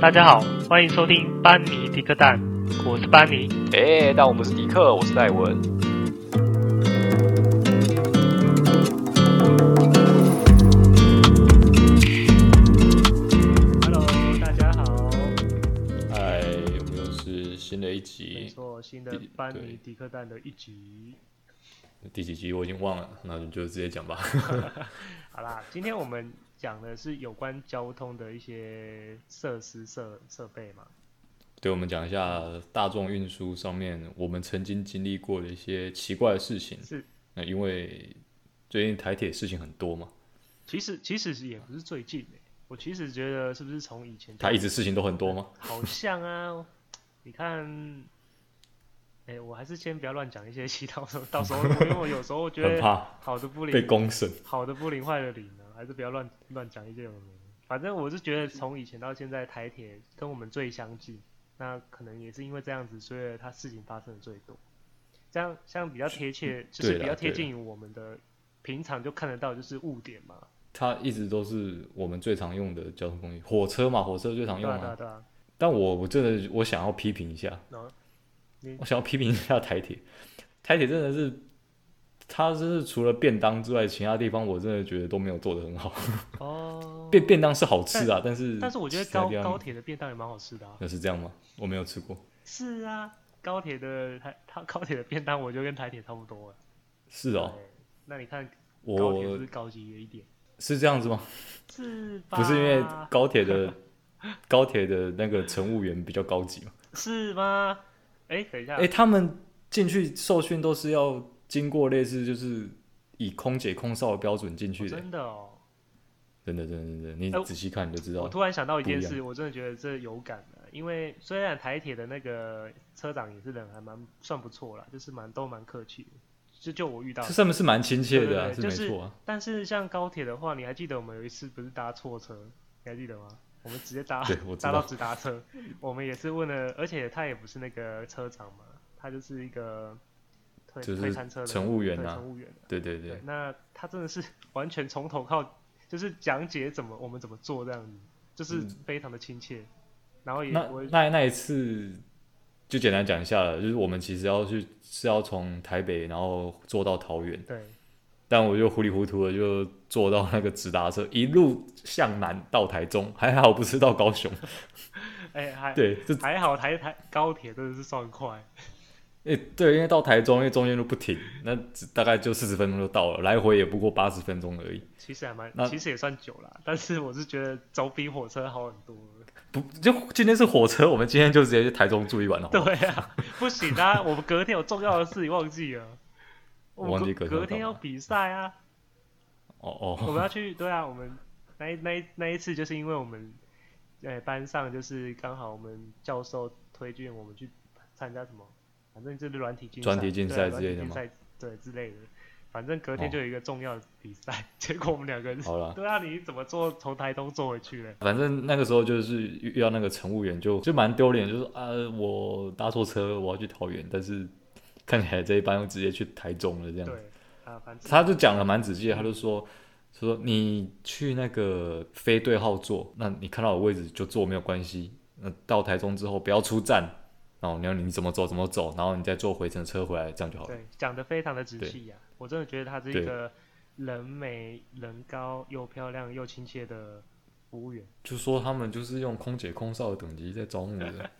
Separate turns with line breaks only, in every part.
大家好，欢迎收听班尼迪克蛋，我是班尼。
哎、那我们是迪克，我是戴文。
Hello，大家好，
嗨，我们又是新的一
没
集，
错，新的班尼迪克蛋的一集。
第几集我已经忘了，那就直接讲吧。
好啦，今天我们讲的是有关交通的一些设施设设备嘛。
对，我们讲一下大众运输上面我们曾经经历过的一些奇怪的事情。
是，
那因为最近台铁事情很多嘛，
其实其实也不是最近、欸、我其实觉得是不是从以前就
它一直事情都很多吗？
好像啊，你看。哎、我还是先不要乱讲一些其他，到时候因为我有时候觉
很
得
怕
好的不灵，
被公审。
好的不灵，坏的灵呢，还是不要乱乱讲一些有的没的。反正我是觉得从以前到现在，台铁跟我们最相近，那可能也是因为这样子，所以它事情发生的最多。这样像比较贴切，就是
嗯对
比
啦
较贴
对啦
近于我们的平常就看得到，就是误点嘛，
它一直都是我们最常用的交通工具，火车嘛，火车最常
对
用
啊对啊
啊。
对啊。
但我我真的我想要批评一下，
然后
我想要批评一下台铁，台铁真的是，它真是除了便当之外，其他地方我真的觉得都没有做得很好。
哦，
便便当是好吃啊，但是
嗯但是我觉得
其他
高
地方
高铁的便当也蛮好吃的啊。
那是这样吗？我没有吃过，
是啊，高铁的台它高铁的便当，我就跟台铁差不多了。
是哦，
对那你看高铁是
我
不是高级了一点？
是这样子吗？
是吧？
不是因为高铁的高铁的那个乘务员比较高级吗？
是吗？哎、等一下，
哎、他们进去受训都是要经过类似就是以空姐空少的标准进去
哦
的，
真的哦，
真的真的真的，
哎我
你仔细看你就知道
我
了。
突然想到一件
不一
事，我真的觉得这有感了，因为虽然台铁的那个车长也是人还蛮算不错啦，就是蛮都蛮客气的，就就我遇到的
这，上面是蛮亲切的啊，
对对对
是
就是
没错啊。
但是像高铁的话，你还记得我们有一次不是搭错车，你还记得吗？我们直接搭
对我知
搭到
道
直达车，我们也是问了，而且他也不是那个车长嘛，他就是一个推
就是
推餐车的
乘务员
对
啊
乘务员。
对对对
对，，那他真的是完全从头靠，就是讲解怎么我们怎么做这样子，就是非常的亲切，然后也
嗯那
我
那那一次就简单讲一下了，就是我们其实要去是要从台北然后坐到桃园，
对
但我就糊里糊涂的就坐到那个直达车，一路向南到台中，还好不是到高 雄。
哎、还
对，这
还好台台高铁真的是算快，
诶、对，因为到台中，因为中间都不停，那只大概就四十分钟就到了，来回也不过八十分钟而已。
其实还蛮
那
其实也算久了，但是我是觉得走比火车好很多。
不，就今天是火车，我们今天就直接去台中住一晚了。哦好不好
对啊， 不行啊，我们隔天有重要的事情忘记了。
我忘记
隔
隔天
隔
要
天
干
要
嘛
比赛啊，
哦
我
哦，
们要去，对啊，我们那一那一那一次就是因为我们，呃，班上就是刚好我们教授推荐我们去参加什么，反正就是软体竞赛
专题竞赛
对啊
之类
软
的
体竞赛对之类的，反正隔天
哦
就有一个重要的比赛，结果我们两个人，
好了。
对啊，你怎么坐从台东坐回去嘞？
反正那个时候就是遇遇到那个乘务员就，就蛮丢脸，就是啊，我搭错车，我要去桃园，但是看起来这一班又直接去台中了这样子。
对啊，反正
他就讲的蛮仔细的，他就说说你去那个非对号坐，那你看到我位置就坐没有关系。那到台中之后不要出站，然后你要你怎么走怎么走，然后你再坐回程车回来，这样就好了。
对讲的非常的仔
对
细呀、啊我真的觉得他是一
对
个人美人高又漂亮又亲切的服务员。
就说他们就是用空姐空少的等级在招募的。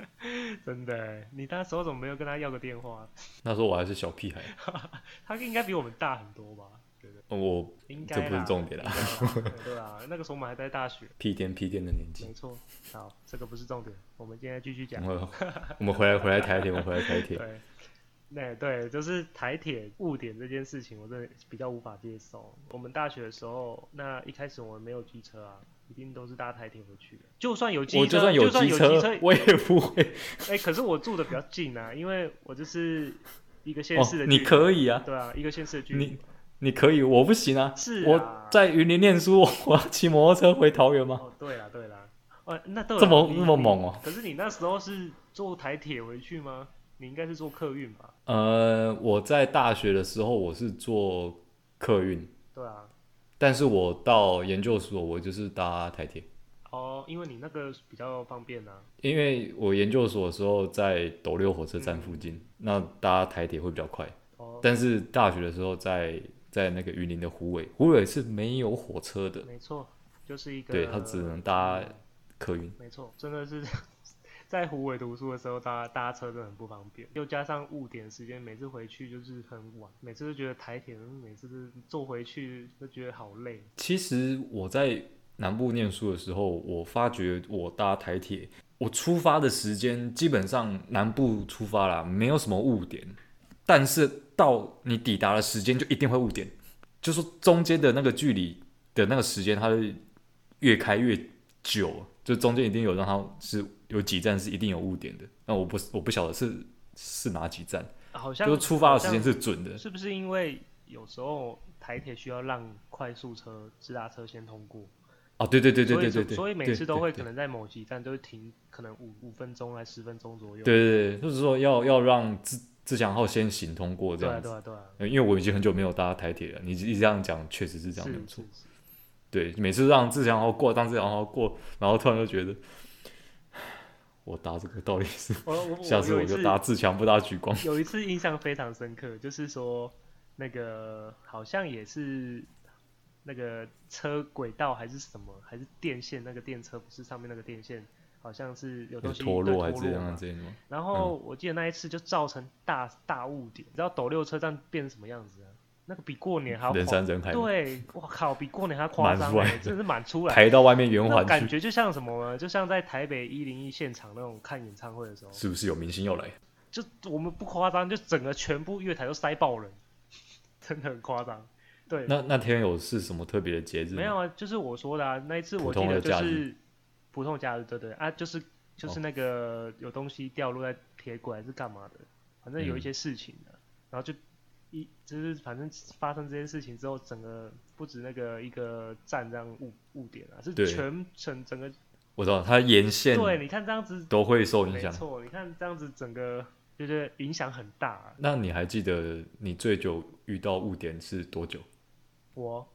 真的欸，你那时候怎么没有跟他要个电话？
那时候我还是小 屁孩，
他应该比我们大很多吧？对不对？
我
应该
这不是
啦
重点
应
啦
该啦对啊，那个时候我们还在大学，
屁颠屁颠的年纪
没。错。好，这个不是重点，我们今天继续讲
然。后我们回来回来台铁，我们回来台铁。
对，那对，就是台铁误点这件事情，我真的比较无法接受。我们大学的时候，那一开始我们没有机车啊，一定都是搭台铁回去的。就算有机车，
我就算有机
机
车，我也不会。
哎、可是我住的比较近啊，因为我就是一个县
哦
市的、，
你可以啊，
对啊，一个县市的距离
你。你可以，我不行啊。
是啊
我在云林念书， 我要骑摩托车回桃园吗？
哦，对啦对啦，哦，那对啦
这么
你
那么猛哦
你可是你那时候是坐台铁回去吗？你应该是坐客运吧？
呃，我在大学的时候我是坐客运，
对啊，
但是我到研究所我就是搭台铁。
哦，因为你那个比较方便啊。
因为我研究所的时候在斗六火车站附近，那搭台铁会比较快。
哦，
但是大学的时候在在那个云林的虎尾，虎尾是没有火车的，
没错，就是一个
对，它只
嗯
能搭客运。
没错，真的是 在湖尾读书的时候搭搭车真的很不方便，又加上误点时间，每次回去就是很晚，每次都觉得台铁，每次都坐回去都觉得好累。
其实我在南部念书的时候，我发觉我搭台铁，我出发的时间基本上南部出发啦，没有什么误点，但是到你抵达的时间就一定会误点，就说中间的那个距离的那个时间，它会越开越久，就中间一定有让它是有几站是一定有误点的，那我不我不晓得是是哪几站，
好像
就是出发的时间
好
是准的
像，是不是因为有时候台铁需要让快速车、直达车先通过，
哦，对对对对对
所
对
以
对，
所以每
对
次都会
对
可能在某几站就会停，可能五五分钟来十分钟左右。
对对对，就是说要要让自自强号先行通过这
对啊
样
对
子。
啊对啊，
呃因为我已经很久没有搭台铁了，你一直这样讲确实是这样，没有
是
错
是。是，
对，每次让自强号过，让自强号过，然后突然就觉得， 我搭这个到底是，
我我我
下次
有
我
一
就
次
搭自强不搭莒光。
有一次印象非常深刻，就是说那个好像也是那个车轨道还是什么，还是电线那个电车，不是上面那个电线，好像是有 东西
脱落
对
还是
脱
这
落
样
嘛
这样吗？
然后我记得那一次就造成大大误点，你知道斗六车站变成什么样子啊？那个比过年还要
人
夸
山人海，
对，我靠，比过年还要夸
满
张
出来
欸，真的是满出来。
排到外面圆
那
环
感
去，
觉就像什么呢？就像在台北一零一现场那种看演唱会的时候，
是不是有明星要来？
就我们不夸张，就整个全部月台都塞爆人，真的很夸张。对，
那那天有是什么特别的节日吗？
没有啊，就是我说的啊，那一次我记
普通
得
的
就
假
是
日哦
普通假日，对对啊，就是就是那个有东西掉落在铁轨还是干嘛的，反正有一
嗯
些事情的、然后就一就是反正发生这件事情之后，整个不止那个一个站这样误误点啊，是
对
全整整个
我知道它沿线
对，你看这样子，
都会受影
没
响。
错，你看这样子整个就是影响很大啊、
那你还记得你最久遇到误点是多久？
我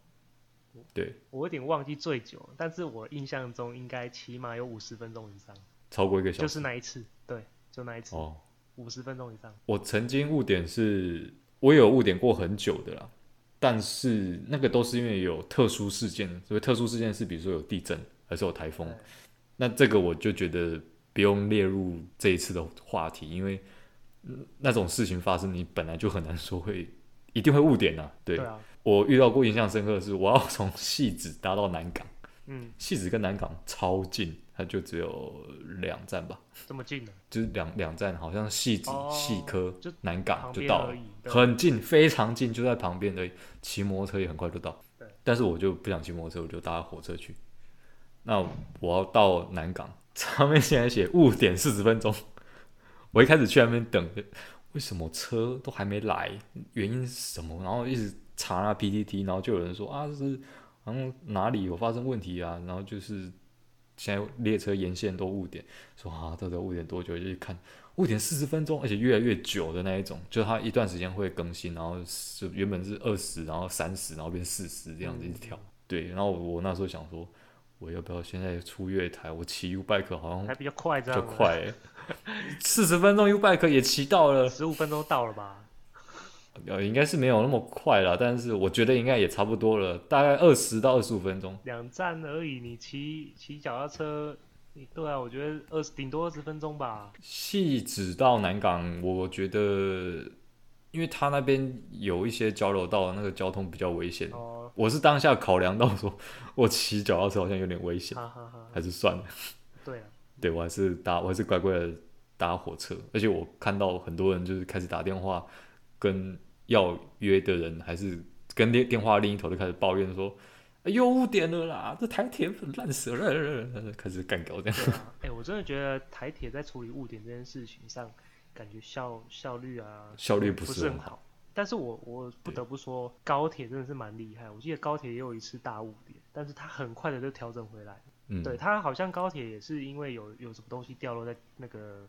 对，
我有点忘记最久了，但是我印象中应该起码有五十分钟以上，
超过一个小时。
就是那一次，对，就那一次，
哦，
五十、分钟以上。
我曾经误点是，我也有误点过很久的啦，但是那个都是因为有特殊事件，所以特殊事件是比如说有地震还是有台风
对，
那这个我就觉得不用列入这一次的话题，因为嗯那种事情发生，你本来就很难说会一定会误点啊。对
对啊，
我遇到过印象深刻的是，我要从戏子搭到南港，
嗯，
戏子跟南港超近，它就只有两站吧。
这么近的，
就是两两站，好像戏子
哦、
戏科
就、
南
旁
港啊就
边
到
而
了
已，对啊
很近，非常近，就在旁边的，骑摩托车也很快就到
对。
但是我就不想骑摩托车，我就搭火车去。那我要到南港，上面现在写误点四十分钟。 我一开始去那边等，为什么车都还没来？原因是什么？然后一直查那 PTT，然后就有人说啊，这是好像哪里有发生问题啊，然后就是现在列车沿线都误点，说啊，到底要误点多久？就去看误点四十分钟，而且越来越久的那一种，就它一段时间会更新，然后是原本是二十，然后三十，然后变四十这样子一直跳。对，然后
嗯
我我那时候想说，我要不要现在出月台？我骑 U bike 好像
还比较快， 这
比
样啊
较
子
快、， 欸，四十分钟 U bike 也骑到了，
十五分钟到了吧？
呃，应该是没有那么快了，但是我觉得应该也差不多了，大概二十到二十五分钟。
两站而已，你骑骑脚踏车，你对啊，我觉得二十顶多二十分钟吧。
细指到南港，我觉得，因为它那边有一些交流道，那个交通比较危险。
哦，
我是当下考量到说， 我骑脚踏车好像有点危险，
哈哈哈，
还是算了。
对啊，
对我还是搭，我还是乖乖的搭火车。而且我看到很多人就是开始打电话跟要约的人，还是跟电电话另一头就开始抱怨说，哎又误点了啦，这台铁烂死了， 开始干搞这样。
对啊，哎、我真的觉得台铁在处理误点这件事情上，感觉效效率啊，
效率
不
不是
是很
很好。
但是我我不得不说，高铁真的是蛮厉害。我记得高铁也有一次大误点，但是它很快的就调整回来。
嗯，
对，它好像高铁也是因为有有什么东西掉落在那个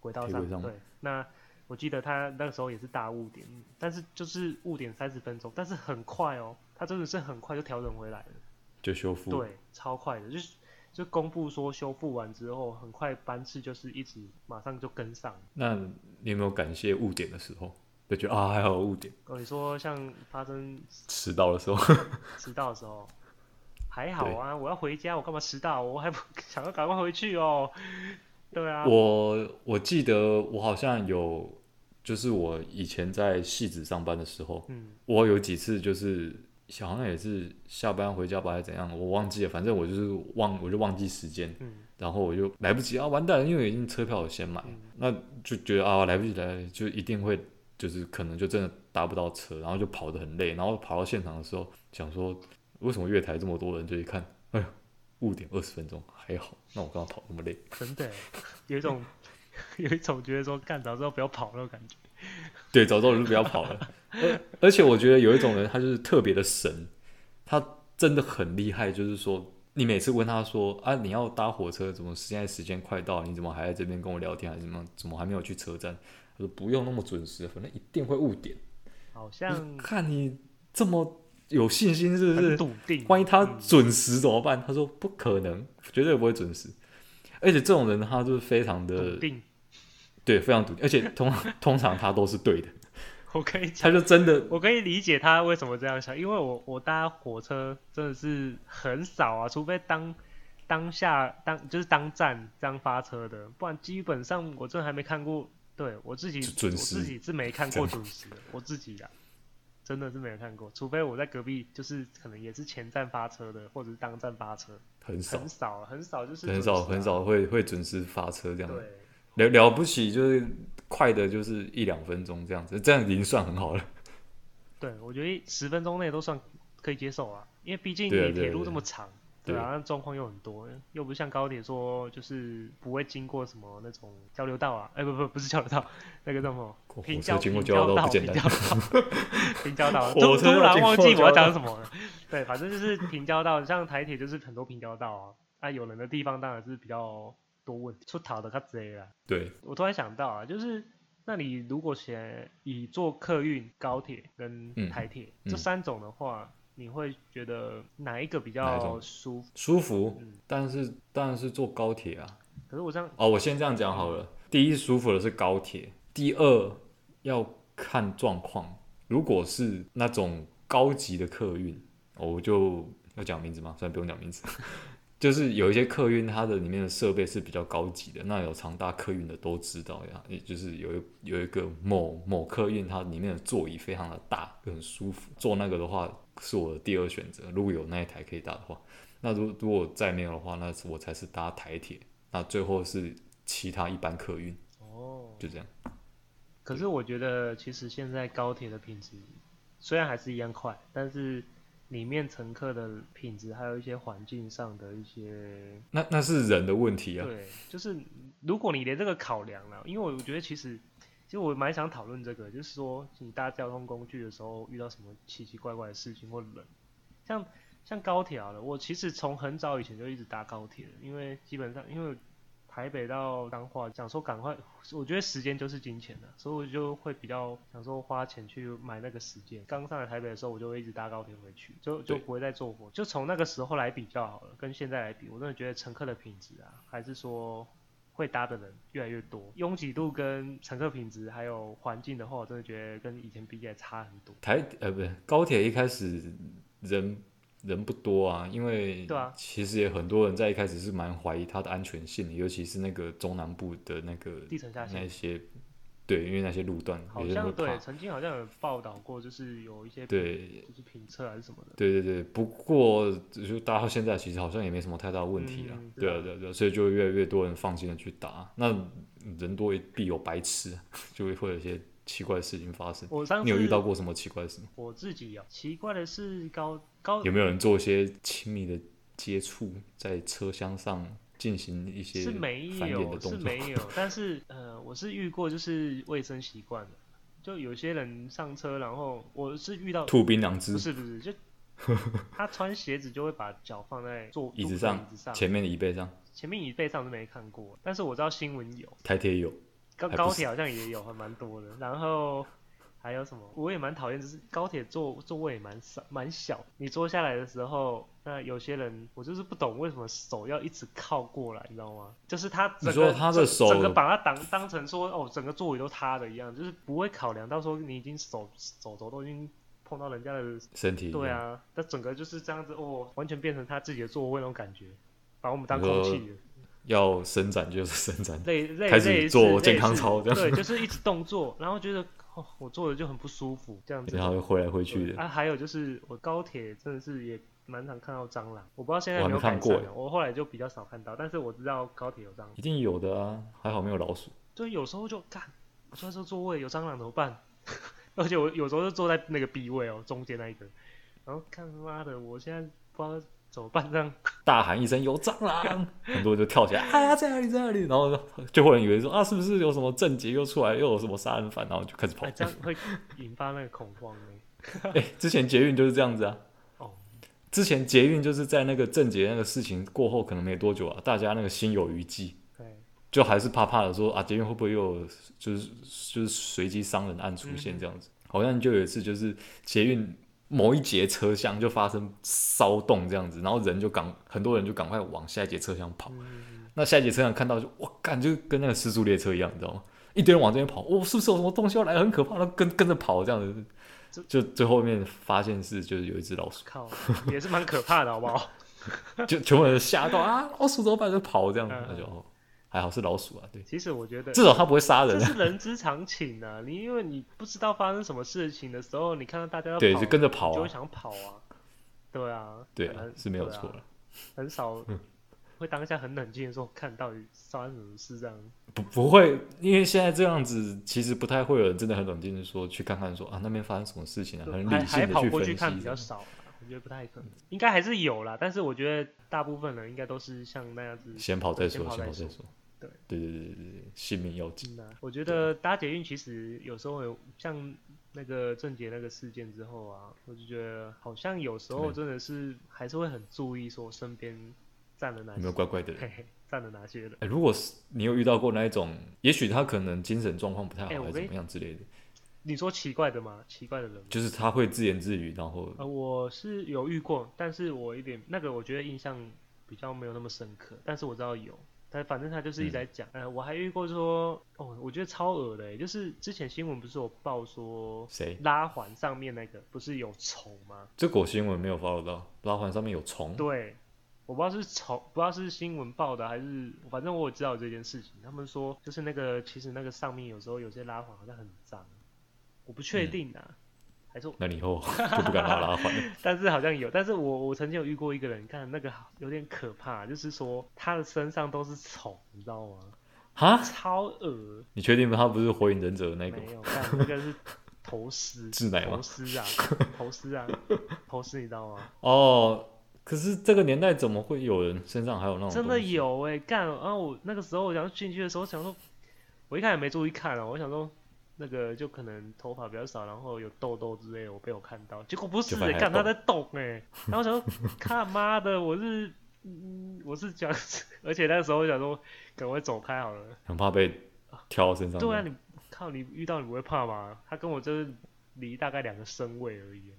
轨道
铁
上。
轨上吗
对，那我记得它那个时候也是大误点，但是就是误点三十分钟，但是很快哦，它真的是很快就调整回来了。
就修复。
对，超快的，就是就公布说修复完之后，很快班次就是一直马上就跟上。
那你有没有感谢误点的时候？就觉得啊，还好有误点，
哦，你说像发生
迟到的时候，
迟到的时候，还好啊，我要回家，我干嘛迟到？我还不 想要赶快回去哦。对啊，
我我记得我好像有，就是我以前在戏子上班的时候，
嗯，
我有几次就是好像也是下班回家吧，还是怎样，我忘记了，反正我就是忘，我就忘记时间，
嗯
然后我就来不及啊，完蛋了，因为已经车票有先买，那就觉得啊来不及来不及，就一定会就是可能就真的搭不到车，然后就跑得很累，然后跑到现场的时候想说为什么月台这么多人，就一看，哎呦误点二十分钟还好，那我刚刚跑那么累，
真的耶有一种 有一种觉得说干早知道不要跑那种感觉。
对，早知道我就不要跑了。而而且我觉得有一种人，他就是特别的神，他真的很厉害。就是说，你每次问他说啊，你要搭火车，怎么现在时间快到，你怎么还在这边跟我聊天，还是怎么怎么还没有去车站？他说不用那么准时，反正一定会误点。
好像
看你这么有信心，是不
很
嗯是？
笃定。
万一他
嗯
准时怎么办？他说不可能，绝对不会准时。而且这种人，他就是非常
笃
的
定，
对，非常笃定，而且通通常他都是对的，
我可以
他就真的
我可以理解他为什么这样想，因为我我搭火车真的是很少啊，除非当当下当就是当站这样发车的，不然基本上我真的还没看过。对我自己
就准时
我自己是没看过准时的，我自己啦，真的是没有看过，除非我在隔壁，就是可能也是前站发车的，或者是当站发车，
很少
很。少啊很少就是、
很少很。少会会准时发车这样，
对，
了了不起就是快的就是一两分钟这样子，这样已经算很好了。
对，我觉得十分钟内都算可以接受啊，因为毕竟
对啊
你
对啊
铁路
对啊
这么长，
对
啊，那状况又很多，又不像高铁说就是不会经过什么那种交流道啊，哎、不不不是交流道，那个叫什么
火
平
车
交
经
平
过
交
交流道
道
不简
平
单
交，道 平交道，
火
突
车
突
要
然
经
忘
过
记我要
交
讲
流
什么了，对，反正就是平交道，像台铁就是很多平交道啊，那、有人的地方当然是比较多问出逃的较贼啦。
对，
我突然想到啊，就是那你如果选以坐客运、高铁跟
嗯
台铁、
嗯
这三种的话，你会觉得哪一个比
哪
较
一种
舒服？
舒服
嗯，
但是当然是坐高铁啊。
可是我这样，
哦，我先这样讲好了，第一舒服的是高铁，第二要看状况。如果是那种高级的客运，哦我就要讲名字吗？虽然不用讲名字， 就是有一些客运，它的里面的设备是比较高级的。那有常搭客运的都知道呀，也就是有一有一个某某客运，它里面的座椅非常的大，又很舒服。坐那个的话是我的第二选择，如果有那一台可以搭的话。那如如果再没有的话，那我才是搭台铁。那最后是其他一般客运，
哦，
就这样。
可是我觉得其实现在高铁的品质虽然还是一样快，但是里面乘客的品质还有一些环境上的一些
那那是人的问题啊。
对，就是如果你连这个考量了，因为我觉得其实，其实我蛮想讨论这个，就是说你搭交通工具的时候遇到什么奇奇怪怪的事情或人，像像高铁好了，我其实从很早以前就一直搭高铁了，因为基本上因为台北到彰化，想说赶快，我觉得时间就是金钱的，所以我就会比较想说花钱去买那个时间。刚上来台北的时候，我就会一直搭高铁回去，就就
对
不会再坐火。就从那个时候来比较好了，跟现在来比，我真的觉得乘客的品质啊，还是说会搭的人越来越多，拥挤度跟乘客品质还有环境的话，我真的觉得跟以前比起来差很多。
台呃不是高铁一开始人人不多啊，因为
对啊
其实也很多人在一开始是蛮怀疑它的安全性的，尤其是那个中南部的那个
地层下
那
陷
一，些，对，因为那些路段有
好
些人
像
会怕
对，，曾经好像有报道过，就是有一些
对，
就是评测还是什么的。
对对对，不过就搭到现在，其实好像也没什么太大的问题啊。
嗯
对
对
啊
啊，
对啊，对啊，所以就越来越多人放心的去搭。那人多必有白痴， 就会有一些奇怪的事情发生。
我上次
你有遇到过什么奇怪的事吗？
我自己啊，奇怪的是高高
有没有人做一些亲密的接触，在车厢上进行一些
是没
繁衍的
有是
动作？
没有， 但是呃，我是遇过就是卫生习惯的，就有些人上车，然后我是遇到
吐槟榔
不
汁，
是不是 就他穿鞋子就会把脚放在坐
椅子
坐
上
椅子上
前面的椅背上，
前面椅背上是没看过，但是我知道新闻有。
台铁有，
高
还不
高
是
铁好像也有，还蛮多的。然后还有什么？我也蛮讨厌，就是高铁座座位也蛮少蛮小，你坐下来的时候，那有些人我就是不懂为什么手要一直靠过来，你知道吗？就是他整个
你说他的
整
手
整个把它当当成说哦，整个座椅都塌的一样，就是不会考量到说你已经手手肘都已经碰到人家的
身体一样
对，啊，他整个就是这样子哦，完全变成他自己的座位那种感觉，把我们当
你说
空气了，
要伸展就是伸展，
类类
开始
类似
做
类
健康
似
操这样
对，就是一直动作，然后觉得哦，我坐着就很不舒服，这样子。
然后又挥来挥去
对
的。
啊，还有就是我高铁真的是也蛮常看到蟑螂，我不知道现在
我
有
还
没有
没看
改
过
善啊，我后来就比较少看到，但是我知道高铁有蟑螂，
一定有的啊，还好没有老鼠。
就有时候就干，我坐在这座位有蟑螂怎么办？ 而且我有时候就坐在那个 B 位哦，中间那一个，然后看妈的，我现在不知道怎么办这样。
大喊一声“有蟑螂”， 很多人就跳起来啊，在哪里，在哪里？然后就会有人以为说啊，是不是有什么症结又出来，又有什么杀人犯，然后就开始跑
哎，。这 样会引发那个恐慌呢、
哎、之前捷运就是这样子啊。
哦，
之前捷运就是在那个症结那个事情过后，可能没多久啊，大家那个心有余悸，
对，
就还是怕怕的说啊，捷运会不会又有就是就是随机伤人案出现这样
嗯
子？好像就有一次就是捷运某一节车厢就发生骚动这样子，然后人就赶很多人就赶快往下一节车厢跑。
嗯，
那下一节车厢看到就哇，感就跟那个失速列车一样，你知道吗？一堆人往这边跑，哇、是不是有什么东西要来？很可怕，然后跟跟着跑这样
这
子。就最后面发现是就是有一只老鼠，
靠，也是蛮可怕的，好不好？
就全部人吓到啊，老鼠怎么办？就跑这样子
嗯，嗯
那就哦，还好是老鼠啊，对，
其实我觉得
至少它不会杀人
这
啊，
是人之常情啊， 你因为你不知道发生什么事情的时候，你看到大家要
对，
跑
就跟着跑
你就会
啊，
想跑啊，对啊，
对
很
啊，
难
是没有错嗯
对啊
了，
很少会当下很冷静的时候看到底发生什么事这样，
不不会，因为现在这样子其实不太会有人真的很冷静的说去看看说啊那边发生什么事情啊，很
还
理
还
性
跑
的
过
分
去
析
看比
这
较
样。
少啊。我觉得不太可能，应该还是有啦，但是我觉得大部分人应该都是像那样子
先跑再说，
先跑
先跑
再
再
说
说，
对
对对对对对，性命要紧。
嗯啊，我觉得搭捷运其实有时候有像那个郑杰那个事件之后啊，我就觉得好像有时候
对
真的是还是会很注意说身边站了哪
有
些
没有怪怪的人？
嘿嘿站了哪些人。
哎、如果是你有遇到过那一种，也许他可能精神状况不太好，
哎我
还是
跟
怎么样之类的，
你说奇怪的吗？奇怪的人吗？
就是他会自言自语，然后
呃，我是有遇过，但是我一点那个我觉得印象比较没有那么深刻，但是我知道有。他反正他就是一
嗯
直在讲，呃，我还遇过说，哦，我觉得超恶的欸，就是之前新闻不是有报说
谁？
拉环上面那个不是有虫吗？
这狗新闻没有 follow 到，拉环上面有虫，
对，我不知道是从不知道是新闻报的还是，反正我有知道这件事情。他们说就是那个，其实那个上面有时候有些拉环好像很脏，我不确定啊，还是我
那你 以后就不敢拉拉环了。
但是好像有，但是我我曾经有遇过一个人，看那个好有点可怕，就是说他的身上都是虫，你知道吗？
哈，
超恶，
你确定吗？他不是火影忍者的那个吗，
没有，看那个是头虱
志乃
头
吗？
虱啊，头虱啊，头虱，你知道吗？
哦，可是这个年代怎么会有人身上还有那种
真的
东西？
有哎、干！然、后我那个时候我想进去的时候，想说，我一开始没注意看啊，我想说那个就可能头发比较少，然后有痘痘之类的，我被我看到，结果不是、
就发
欸，
现
干
还
他
有
在动哎、然后我想说，看妈的，我是，嗯，我是讲，而且那时候我想说，赶快走开好了。
很怕被挑到身上。
对啊，，你靠，你遇到你不会怕吗？他跟我就是离大概两个身位而已、啊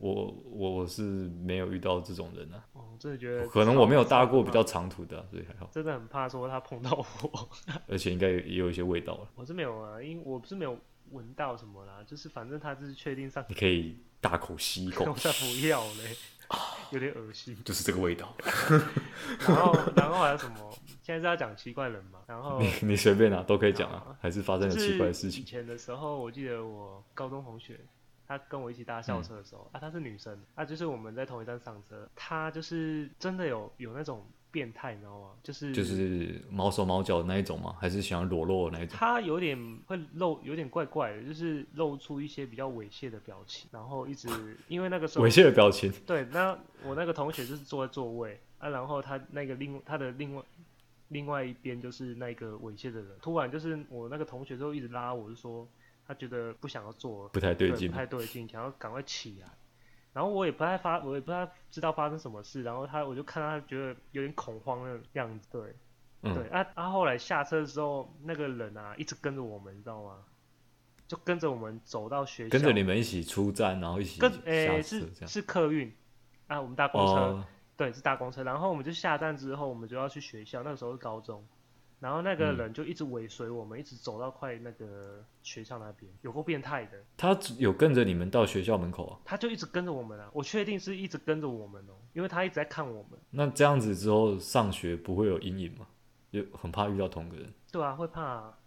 我我我是没有遇到这种人啊，
哦，我真的觉得
可能我没有搭过比
超
较
怕，
长途的啊、所以还好，
真的很怕说他碰到我。
而且应该也也有一些味道了。
我是没有啊，因为我不是没有闻到什么啦，就是反正他就是确定上，
你可以大口吸一口
我，才不要 嘞，有点恶心。
就是这个味道。
然后，然后还有什么？现在是要讲奇怪人嘛？然 后
你 你随便啊，都可以讲啊
好，
还是发生
就
了
是
奇怪的事
以
情。
前的时候，我记得我高中同学，她跟我一起搭校车的时
嗯
候、啊，她是女生，啊，就是我们在同一站上车，她就是真的有有那种变态，你知道吗？就是
就是毛手毛脚的那一种吗？还是想要裸露的那一 种？
他有点会露，有点怪怪的，就是露出一些比较猥亵的表情，然后一直因为那个时候
猥亵的表情，
对，那我那个同学就是坐在座位啊，然后他那个另他的另外另外一边就是那个猥亵的人，突然就是我那个同学就一直拉我，就说他觉得不想要做了，
不太对劲
不。太对劲，想要赶快起来。然后我也不太发，我也不太知道发生什么事，然后他我就看到他觉得有点恐慌的样子，对，
嗯
对啊啊！后来下车的时候，那个人啊一直跟着我们，你知道吗？就跟着我们走到学校，
跟着你们一起出站，然后一起
跟
下
诶、
车
是
这样。
是客运啊，我们搭公车，
哦，
对，是搭公车。然后我们就下站之后，我们就要去学校，那个时候是高中。然后那个
嗯
人就一直尾随我们，一直走到快那个学校那边，有够变态的。
他有跟着你们到学校门口啊？
他就一直跟着我们啊，我确定是一直跟着我们哦、因为他一直在看我们。
那这样子之后上学不会有阴影吗？就很怕遇到同个人，
对啊，会怕、啊。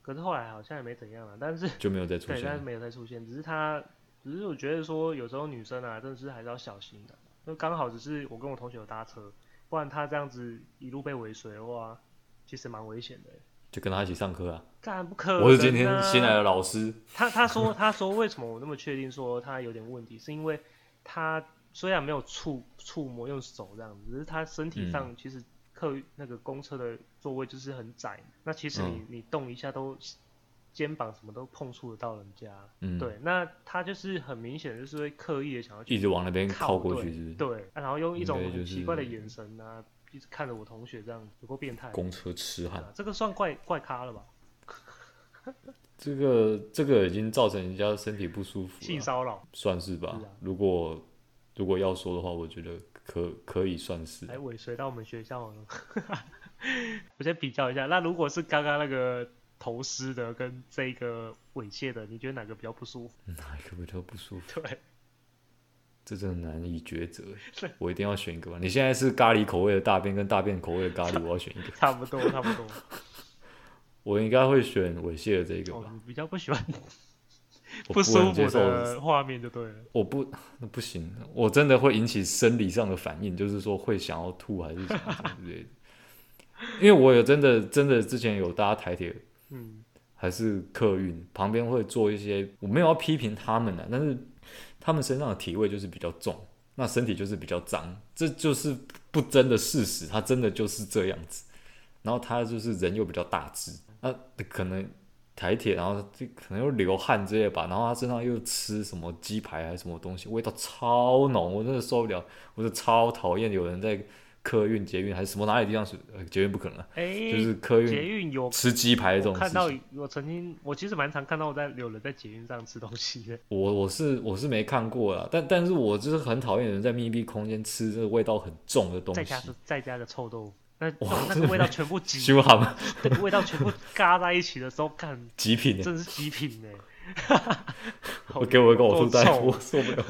可是后来好像也没怎样啊，但是
就没有再出
对，
现
但是
了。
没有再出现，只是他，只是我觉得说有时候女生啊，真的是还是要小心的、就刚好只是我跟我同学有搭车，不然他这样子一路被尾随的话，其实蛮危险的欸。
就跟他一起上课啊。
干不可能、啊！
我是今天新来的老师，
他他说他说为什么我那么确定说他有点问题，是因为他虽然没有触触摸用手这样子，只是他身体
嗯
上其实客运那个公车的座位就是很窄，那其实
嗯
你你动一下都肩膀什么都碰触得到人家，
嗯，
对，那他就是很明显就是会刻意的想要
一
去
直往那边靠
靠
过去，
对
是不是？
对、啊然后用一种
应该
很
就是
奇怪的眼神啊，一直看着我同学这样，有够变态，
公车痴
对
汉
啊，这个算怪怪咖了吧？
这个这个已经造成人家身体不舒服
性
了，
骚扰。
算是吧
是啊。
如果如果要说的话，我觉得可可以算是啊
还尾哎随到我们学校了。 我先比较一下，那如果是刚刚那个投尸的跟这个猥亵的，你觉得哪个比较不舒服？
哪一个比较不舒服？
对，
这真的难以抉择。我一定要选一个吧。你现在是咖喱口味的大便跟大便口味的咖 喱，我要选一个。
差不多，差不 多。
我应该会选猥亵的这个
哦
吧。，
你比较不喜欢
我
不舒
能接
服
受
的画面就对了。
我不，那不行，我真的会引起生理上的反应，就是说会想要吐还是什么什么之类的。因为我有真的真的之前有搭台铁
嗯，
还是客运，旁边会做一些，我没有要批评他们啊，但是他们身上的体味就是比较重，那身体就是比较脏，这就是不争的事实，他真的就是这样子。然后他就是人又比较大只，那可能台铁，然后就可能又流汗之类吧，然后他身上又吃什么鸡排还是什么东西，味道超浓，我真的受不了，我就超讨厌有人在客运、捷运还是什么哪里地方是、呃、捷运不可能、啊，
哎、
就是客
捷
运
运有
吃鸡排这
我
种事
看到
情。，
我曾经我其实蛮常看到在有人在捷运上吃东西的。
我我是我是没看过啦，但但是我就是很讨厌有人在密闭空间吃这个味道很重的东
再
西，
加是再加个臭豆腐，那
哇
那个味道全部挤，
修好吗？
那个味道全部嘎在一起的时候， 看
极品欸，
真的是极品哎、
我给我一个呕
够
吐大
臭
夫，我受不了。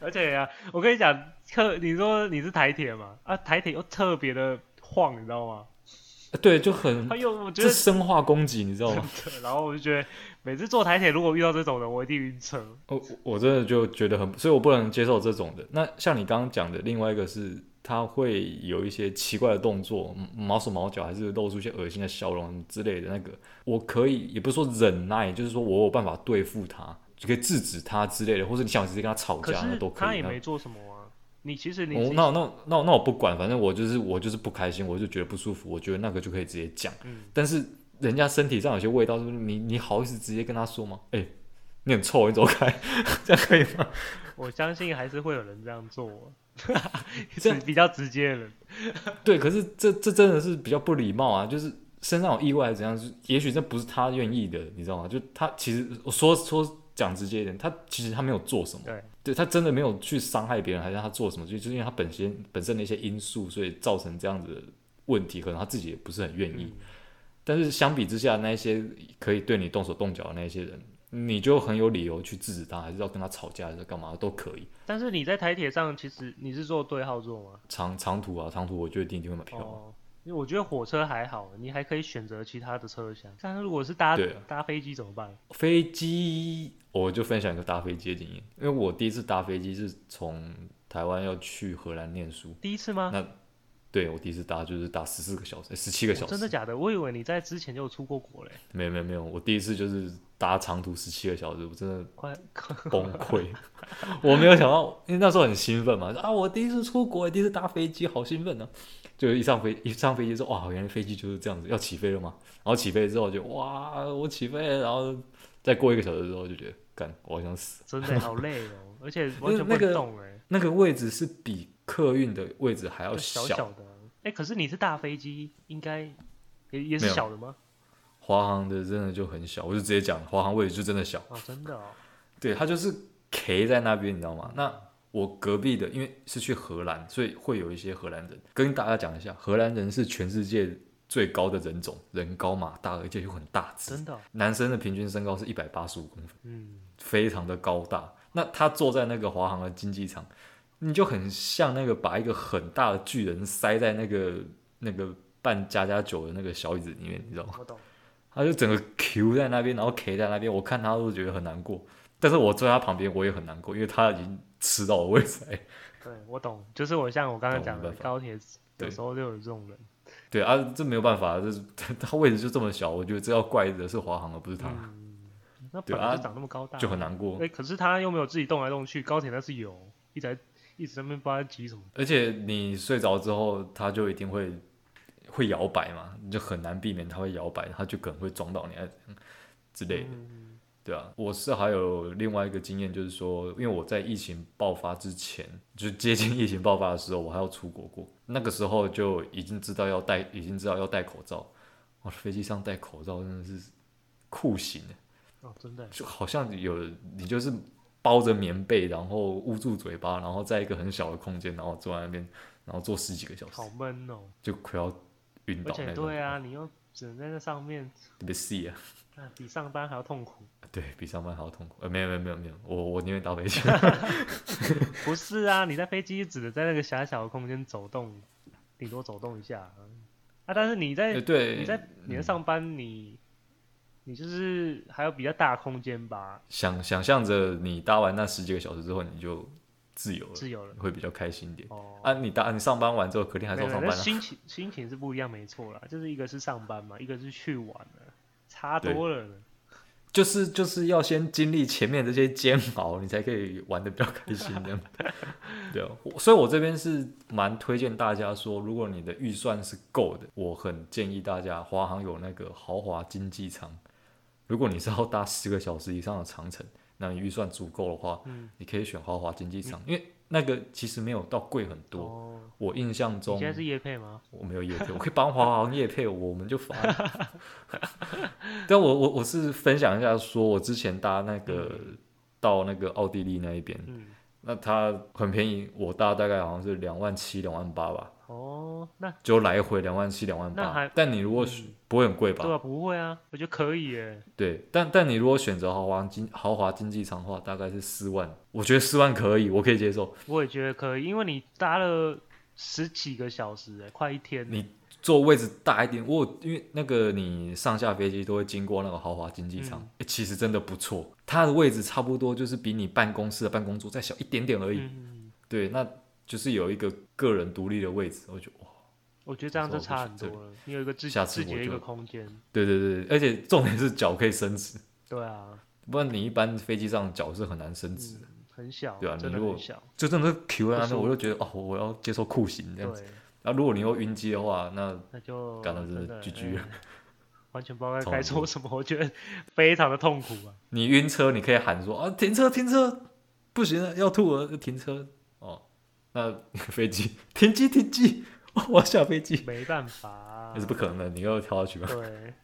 而且啊，我跟你讲，特你说你是台铁嘛，啊，台铁又特别的晃，你知道吗？
对，就很
他又我觉
这
得，
生化攻击，你知道吗？
然后我就觉得每次坐台铁如果遇到这种人，我一定晕车。
我哦我真的就觉得很，所以我不能接受这种的。那像你刚刚讲的，另外一个是他会有一些奇怪的动作，嗯毛手毛脚，还是露出一些恶心的笑容之类的。那个我可以，也不是说忍耐，就是说我有办法对付他，就可以制止他之类的，或者你想直接跟他吵
可
架那
是
都可
他
以。
也
那
没做什么啊，你其实你
我
自己
那那那那我不管，反正我就是我就是不开心，我就觉得不舒服，我觉得那个就可以直接讲。
嗯
但是人家身体上有些味道，是不是你你好意思直接跟他说吗？哎、你很臭，你走开， 这样可以吗？
我相信还是会有人这样 做，
这
是比较直接的人。
对，可是这这真的是比较不礼貌啊，就是身上有意外还是怎样，就是也许这不是他愿意的，你知道吗？就他其实我说说讲直接一点，他其实他没有做什么，
对，
他真的没有去伤害别人，还是他做什么，就就是因为他本身本身的一些因素，所以造成这样子的问题，可能他自己也不是很愿意。
嗯，
但是相比之下，那一些可以对你动手动脚的那一些人，你就很有理由去制止他，还是要跟他吵架，还是干嘛都可以。
但是你在台铁上，其实你是坐对号座吗？
长长途啊，长途我就一定一定会买票啊。
哦。因为我觉得火车还好，你还可以选择其他的车厢。但是如果是搭
对啊
搭飞机怎么办？
飞机，我就分享一个搭飞机的经验，因为我第一次搭飞机是从台湾要去荷兰念书，
第一次吗？
那对我第一次搭就是搭十四个小时，十七个
哦
小时，
真的假的？我以为你在之前就有出过国嘞，
没有没有没有，我第一次就是搭长途十七个小时，我真的
快
崩溃。 我没有想到，因为那时候很兴奋嘛，说啊，我第一次出国，第一次搭飞机，好兴奋啊！就一上飞一上飞机之后，哇，原来飞机就是这样子，要起飞了嘛。然后起飞之后就哇，我起飞了，然后再过一个小时之后就觉得，干，我好想死。
真的好累哦，而且完全不
那个
能动哎，
那个位置是比客运的位置还要
就小小的。哎，可是你是大飞机，应该也也是
没有
小的吗？
华航的真的就很小，我就直接讲华航位置就真的小，
哦，真的哦，
对，它就是 K 在那边，你知道吗？那我隔壁的，因为是去荷兰，所以会有一些荷兰人。跟大家讲一下，荷兰人是全世界最高的人种，人高马大，而且又很大只。
真的哦、
男生的平均身高是一百八十五公分，
嗯，
非常的高大。那他坐在那个华航的经济舱，你就很像那个把一个很大的巨人塞在那个那个半加加酒的那个小椅子里面，你知道吗？
我懂，
他就整个 Q 在那边，然后 K 在那边，我看他都觉得很难过。但是我坐在他旁边，我也很难过，因为他已经吃到我位置 来。
对我懂，就是我像我刚刚
懂
讲
没
的，
办法
高铁有
对
时候就有这种人，
对啊，这没有办法，这是 他位置就这么小，我觉得这要怪的是华航而不是他，
嗯，那
对
本来
啊
就长那么高大，
就很难过
哎、。可是他又没有自己动来动去，高铁那是有，一直在一直在那边不知道在急什么。
而且你睡着之后，他就一定会会摇摆嘛，你就很难避免他会摇摆，他就可能会撞到你啊之类的，
嗯
对啊，我是还有另外一个经验，就是说，因为我在疫情爆发之前，就接近疫情爆发的时候，我还要出国过，那个时候就已经知道要戴，已经知道要戴口罩。哇，飞机上戴口罩真的是酷刑欸
哦，真 的耶，
就好像有你就是包着棉被，然后捂住嘴巴，然后在一个很小的空间，然后坐在那边，然后坐十几个小时
好，闷哦。
就快要晕
而
倒
且
那种。
对啊，你又只能在那上面，
特别细啊，
啊、比上班还要痛苦。
对比上班还要痛苦。呃，没有没有没有没有，我我宁愿搭飞机。
不是啊，你在飞机只能在那个狭小的空间走动，顶多走动一下啊。啊但是你在、
呃对，
你在你在上班，你你就是还有比较大空间吧，
想想象着你搭完那十几个小时之后，你就自由了，
自由了。
会比较开心一点。
哦，
啊，你搭你上班完之后，肯定还是
没有
要上
那
班啊。
心情心情是不一样，没错啦，就是一个是上班嘛，一个是去玩了，差
对
多了呢。
就是就是要先经历前面这些煎熬，你才可以玩的比较开心， 这样。对啊，我所以我这边是蛮推荐大家说，如果你的预算是够的，我很建议大家，华航有那个豪华经济舱。如果你是要搭十个小时以上的长程，那你预算足够的话，
嗯
你可以选豪华经济舱，因为那个其实没有到贵很多。
哦，
我印象
你
中
现，在是夜配吗？
我没有业配，我可 以帮华航业配，我们就发。 但我我我是分享一下，说我之前搭那个、到那个奥地利那一边，
嗯，
那它很便宜，我搭大概好像是两万七、两万八吧，
哦，那
就来回两万七、两万
那还
八。但你如果选、
嗯
不会很贵吧？
对啊，不会啊，我觉得可以耶。
对，但但你如果选择豪华经豪华经济舱的话，大概是四万，我觉得四万可以，我可以接受。
我也觉得可以，因为你搭了十几个小时，哎，快一天。
你坐位置大一点，我有因为那个你上下飞机都会经过那个豪华经济舱、
嗯
诶其实真的不错。它的位置差不多就是比你办公室的办公桌再小一点点而已。
嗯，
对，那就是有一个个人独立的位置，我觉得哇，
我觉得这样就差很
我
多了。你有一个自
下次
自己的
我
一个
就
空间，
对对对，而且重点是脚可以伸直，
对啊，
不然你一般飞机上脚是很难伸直的，
嗯，很小，
对啊你
真的
如
很
果
小，
就真的是 Q 在那
不舒
边，
服
我就觉得哦，我我要接受酷刑这
对
样子。，那、如果你又晕机的话，那
那就
干了真的
的
GG 了
哎完全不知道该
超
该
难
说
过
什么，我觉得非常的痛苦啊。
你晕车，你可以喊说啊，停车，停车，不行了，要吐了，停车。哦，那 飞机停机，停机，哦我要下飞机，
没办法、啊
那是，不可能的，你又跳下去吧。
对，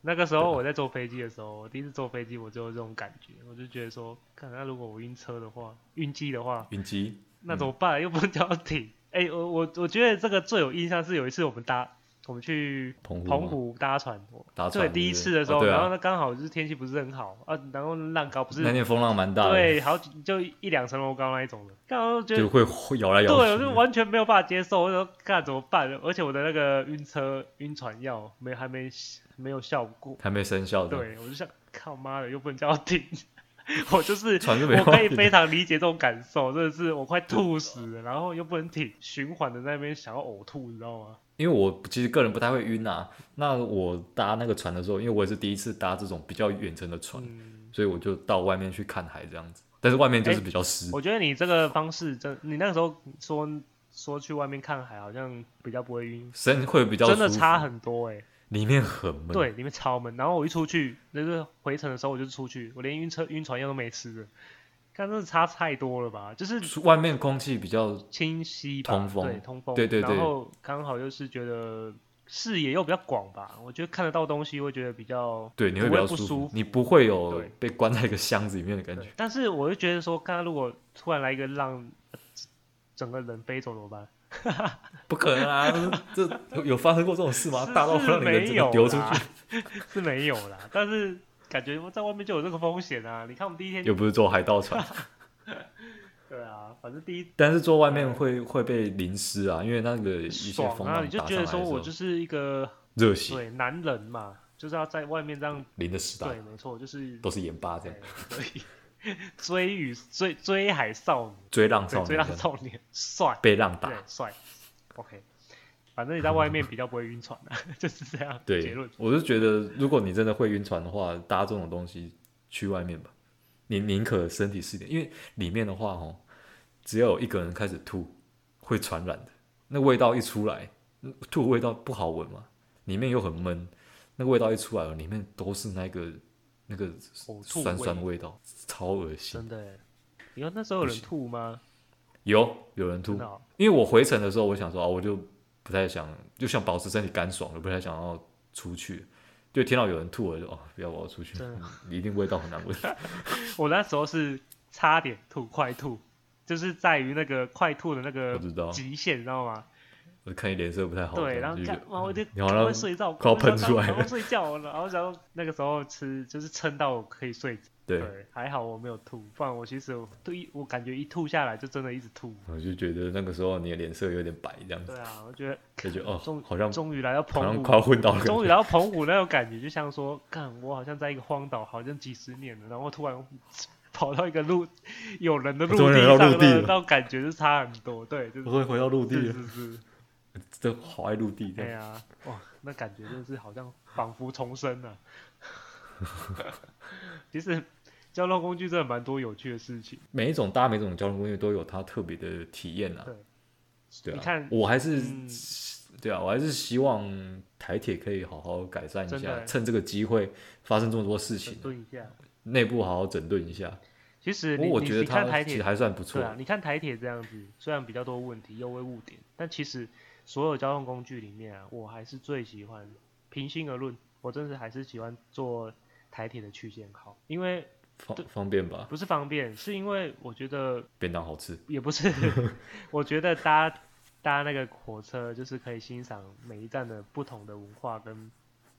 那个时候我在坐飞机的时候，我第一次坐飞机，我就有这种感觉，我就觉得说，看那如果我晕车的话，晕机的话，
晕机，
那
嗯
怎么办？又不能叫停。哎、我我我觉得这个最有印象是有一次我们搭，我们去
澎湖吗
澎湖搭船，
搭船
对，第一次的时候，
对不对
然后
哦
呢刚好就是天气不是很好啊，然后浪高不
对啊，那
是
天风浪蛮大的，
对，好几就一两层楼高那一种的，刚好就觉
就
得。
会会摇来摇
对，我
去
就
的。
完全没有办法接受，我说干怎么办？而且我的那个晕车晕船药没还没没有效果，
还没生效的，
对我就想靠妈的又不能叫停， 我就是
船 就没
我可以
办法
非常理解这种感受，真的是我快吐死了，然后又不能停，循环的在那边想要呕吐，你知道吗？
因为我其实个人不太会晕啊。那我搭那个船的时候，因为我也是第一次搭这种比较远程的船，
嗯，
所以我就到外面去看海这样子。但是外面就是
哎
比较湿，
我觉得你这个方式真，你那个时候说说去外面看海，好像比较不会晕，
身会比较
真的
舒服
差，很多哎、
里面很闷。
对，里面超闷。然后我一出去，就是回程的时候，我就出去，我连晕车、晕船药都没吃的，看真的差太多了吧？就是
外面空气比较
清晰吧，
通风
对通风，
对对对
然后刚好又是觉得视野又比较广吧，我觉得看得到东西会觉得比较
对，你
不
会比较
不
舒
舒
服，嗯你不会有
对
被关在一个箱子里面的感
对
觉。，
但是我就觉得说，刚刚如果突然来一个浪，整个人飞走怎么办？
不可能啊，这有有发生过这种事吗？
是
大到
是
会让你人
没
整个
有
丢出
啦
去，
是没有啦，但是感觉在外面就有这个风险啊。你看我们第一天，
又不是坐海盗船。
对啊，反正第一
但是坐外面会会被淋湿啊，因为那个一些
爽
风
啊，
浪
你就
打
觉
上来
得
的时
说
候，
我就是一个
热血
对男人嘛，就是要在外面这样，
淋的湿哒
对，，没错，就是
嗯都是盐巴这样
对，所以 追雨追追海少女，
追浪
对，
少
追
年
浪
这样，
少年帅，
被浪打
对，，帅，OK。反正你在外面比较不会晕船啊， 就是这样结
对
论。，
我就觉得如果你真的会晕船的话，搭这种东西去外面吧，你宁可身体湿一点，因为里面的话哦，只要有一个人开始吐，会传染的，那味道一出来，嗯吐味道不好闻嘛，里面又很闷，那个味道一出来，里面都是那个那个
呕吐
酸
味
酸味道，超恶
真
心。
的欸，你看那时候有人吐吗？
有有人吐
真的，哦
因为我回程的时候，我想说啊，我就不太想，就想保持身体干爽，我不太想要出去。就听到有人吐，我就哦，不要，我要出去
真的，
一定味道很难闻。
我那时候是差点吐，快吐，就是在于那个快吐的那
我
个
知 道，
极限，你知道吗？
我就看你脸色不太好，
对，
这
然
样
后
就觉
干
得，
哇，我就
你好
赶快
像
睡觉，
快要
赶快
喷
睡
出
觉
来
赶快睡觉了。然后然后那个时候吃就是撑到我可以睡着，
对，
还好我没有吐，不然我其实我吐一我感觉一吐下来就真的一直吐。
我就觉得那个时候你的脸色有点白，这样子，
对啊，我觉得
就觉得哦
终，
好像
终于来到
好像
澎
快要
湖，
昏倒了，
终于来到澎湖那种感觉，就像说，看我好像在一个荒岛，好像几十年了，然后突然 跑到一个陆有人的陆
终于
地
来到
上，那
陆地了
那种感觉就差很多。对，就是
我终于回到陆地
是
了，
是是，
真的好爱陆地这
对
样。
啊，哇，那感觉真是好像仿佛重生了。 其实交通工具真的蛮多有趣的事情，
每一种搭每种交通工具都有它特别的体验啊
对。
对啊，
你看
我还是、
嗯
对啊，我还是希望台铁可以好好改善一
真
下，
的欸
趁这个机会发生这么多事
整
情，
顿一下。
内部好好整顿一下。
其实
不
你
过我
你
觉得
你看
它
台
其
铁
实还算不错
对，啊，你看台铁这样子，虽然比较多问题，又会误点，但其实所有交通工具里面啊，我还是最喜欢平心而论，我真是还是喜欢坐台铁的区间号，因为
方方便吧？
不是方便，是因为我觉得
便当好吃，
也不 是，我觉得搭搭那个火车就是可以欣赏每一站的不同的文化跟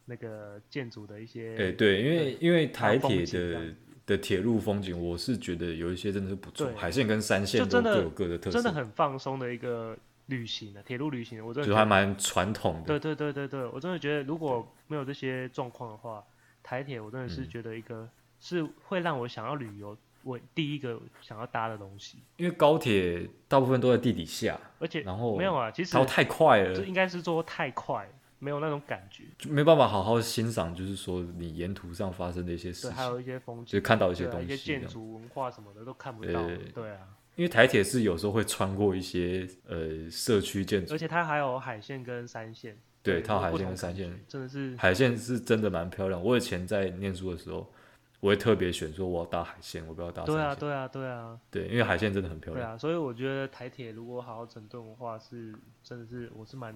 那个建筑的一些，
哎、对，因为因为台
风
铁
景这样
的的铁路风景，我是觉得有一些真的是不错，
对
海线跟山线
就
都
真的
各有各的特色，
真的很放松的一个旅行啊，铁路旅行，我真
就
的
是
觉得
还蛮传统的
对。对对对对，我真的觉得如果没有这些状况的话，台铁我真的是
嗯
觉得一个是会让我想要旅游，我第一个想要搭的东西，
因为高铁大部分都在地底下，
而且
然后
没有啊，其实
它太快了
这，应该是说太快，没有那种感觉，
就没办法好好欣赏，就是说你沿途上发生的一些事
对，
情
还，有一些风
就
景，
看到一些
对啊，
东
一
西
些
这样。
建筑文化什么的都看不到，
呃
对啊，
因为台铁是有时候会穿过一些呃社区建筑
而，且它还有海线跟山线，
对，它有
有
海
不
线
同
跟山
感觉
线，
真的是
海线是真的蛮漂亮。我以前在念书的时候，我会特别选说我要搭海线，我不要搭
对啊
山线，
对啊对啊。
对，因为海线真的很漂
对
亮。
啊，所以我觉得台铁如果好好整顿的话，是真的是我是蛮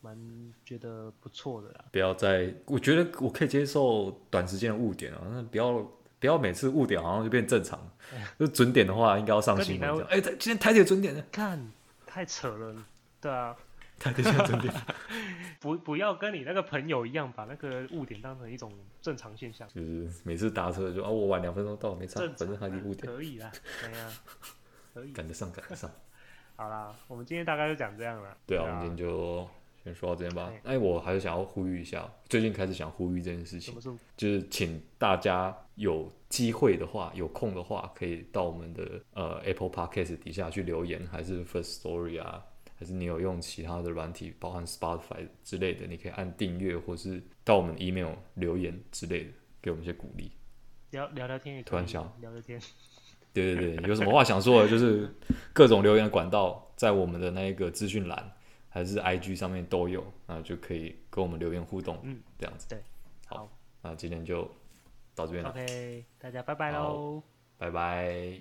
蛮觉得不错的啦。
不要再，我觉得我可以接受短时间的误点啊，那不要不要每次误点好像就变正常了，就准点的话应该要上
哎跟
新
你
闻
那
这样。哎、台今天台铁准点 了，
看，太扯了。对啊，
台铁现在准点。
不不要跟你那个朋友一样，把那个误点当成一种正常现象。
就是每次搭车就啊，我晚两分钟到没差，
正
反
常
正他
啊
离五点，
可以啦，哎呀，可 以。
赶得上赶得上。
好啦，我们今天大概就讲这样了。
对啊，我们今天就先说到这边吧
哎。
哎，我还是想要呼吁一下，最近开始想呼吁这件
什
事情
么，是
就是请大家有机会的话，有空的话，可以到我们的呃 Apple Podcast 底下去留言，还是 First Story 啊，还是你有用其他的软体，包含 Spotify 之类的，你可以按订阅，或是到我们的 email 留言之类的，给我们一些鼓励。
聊聊聊天也可以
突然想
聊聊天，
对对对，有什么话想说的，就是各种留言的管道，在我们的那个资讯栏还是 IG 上面都有，那就可以跟我们留言互动，
嗯，
这样子。
对，
好
好，
那今天就到这边了，
OK，大家拜拜
好
喽。
拜拜。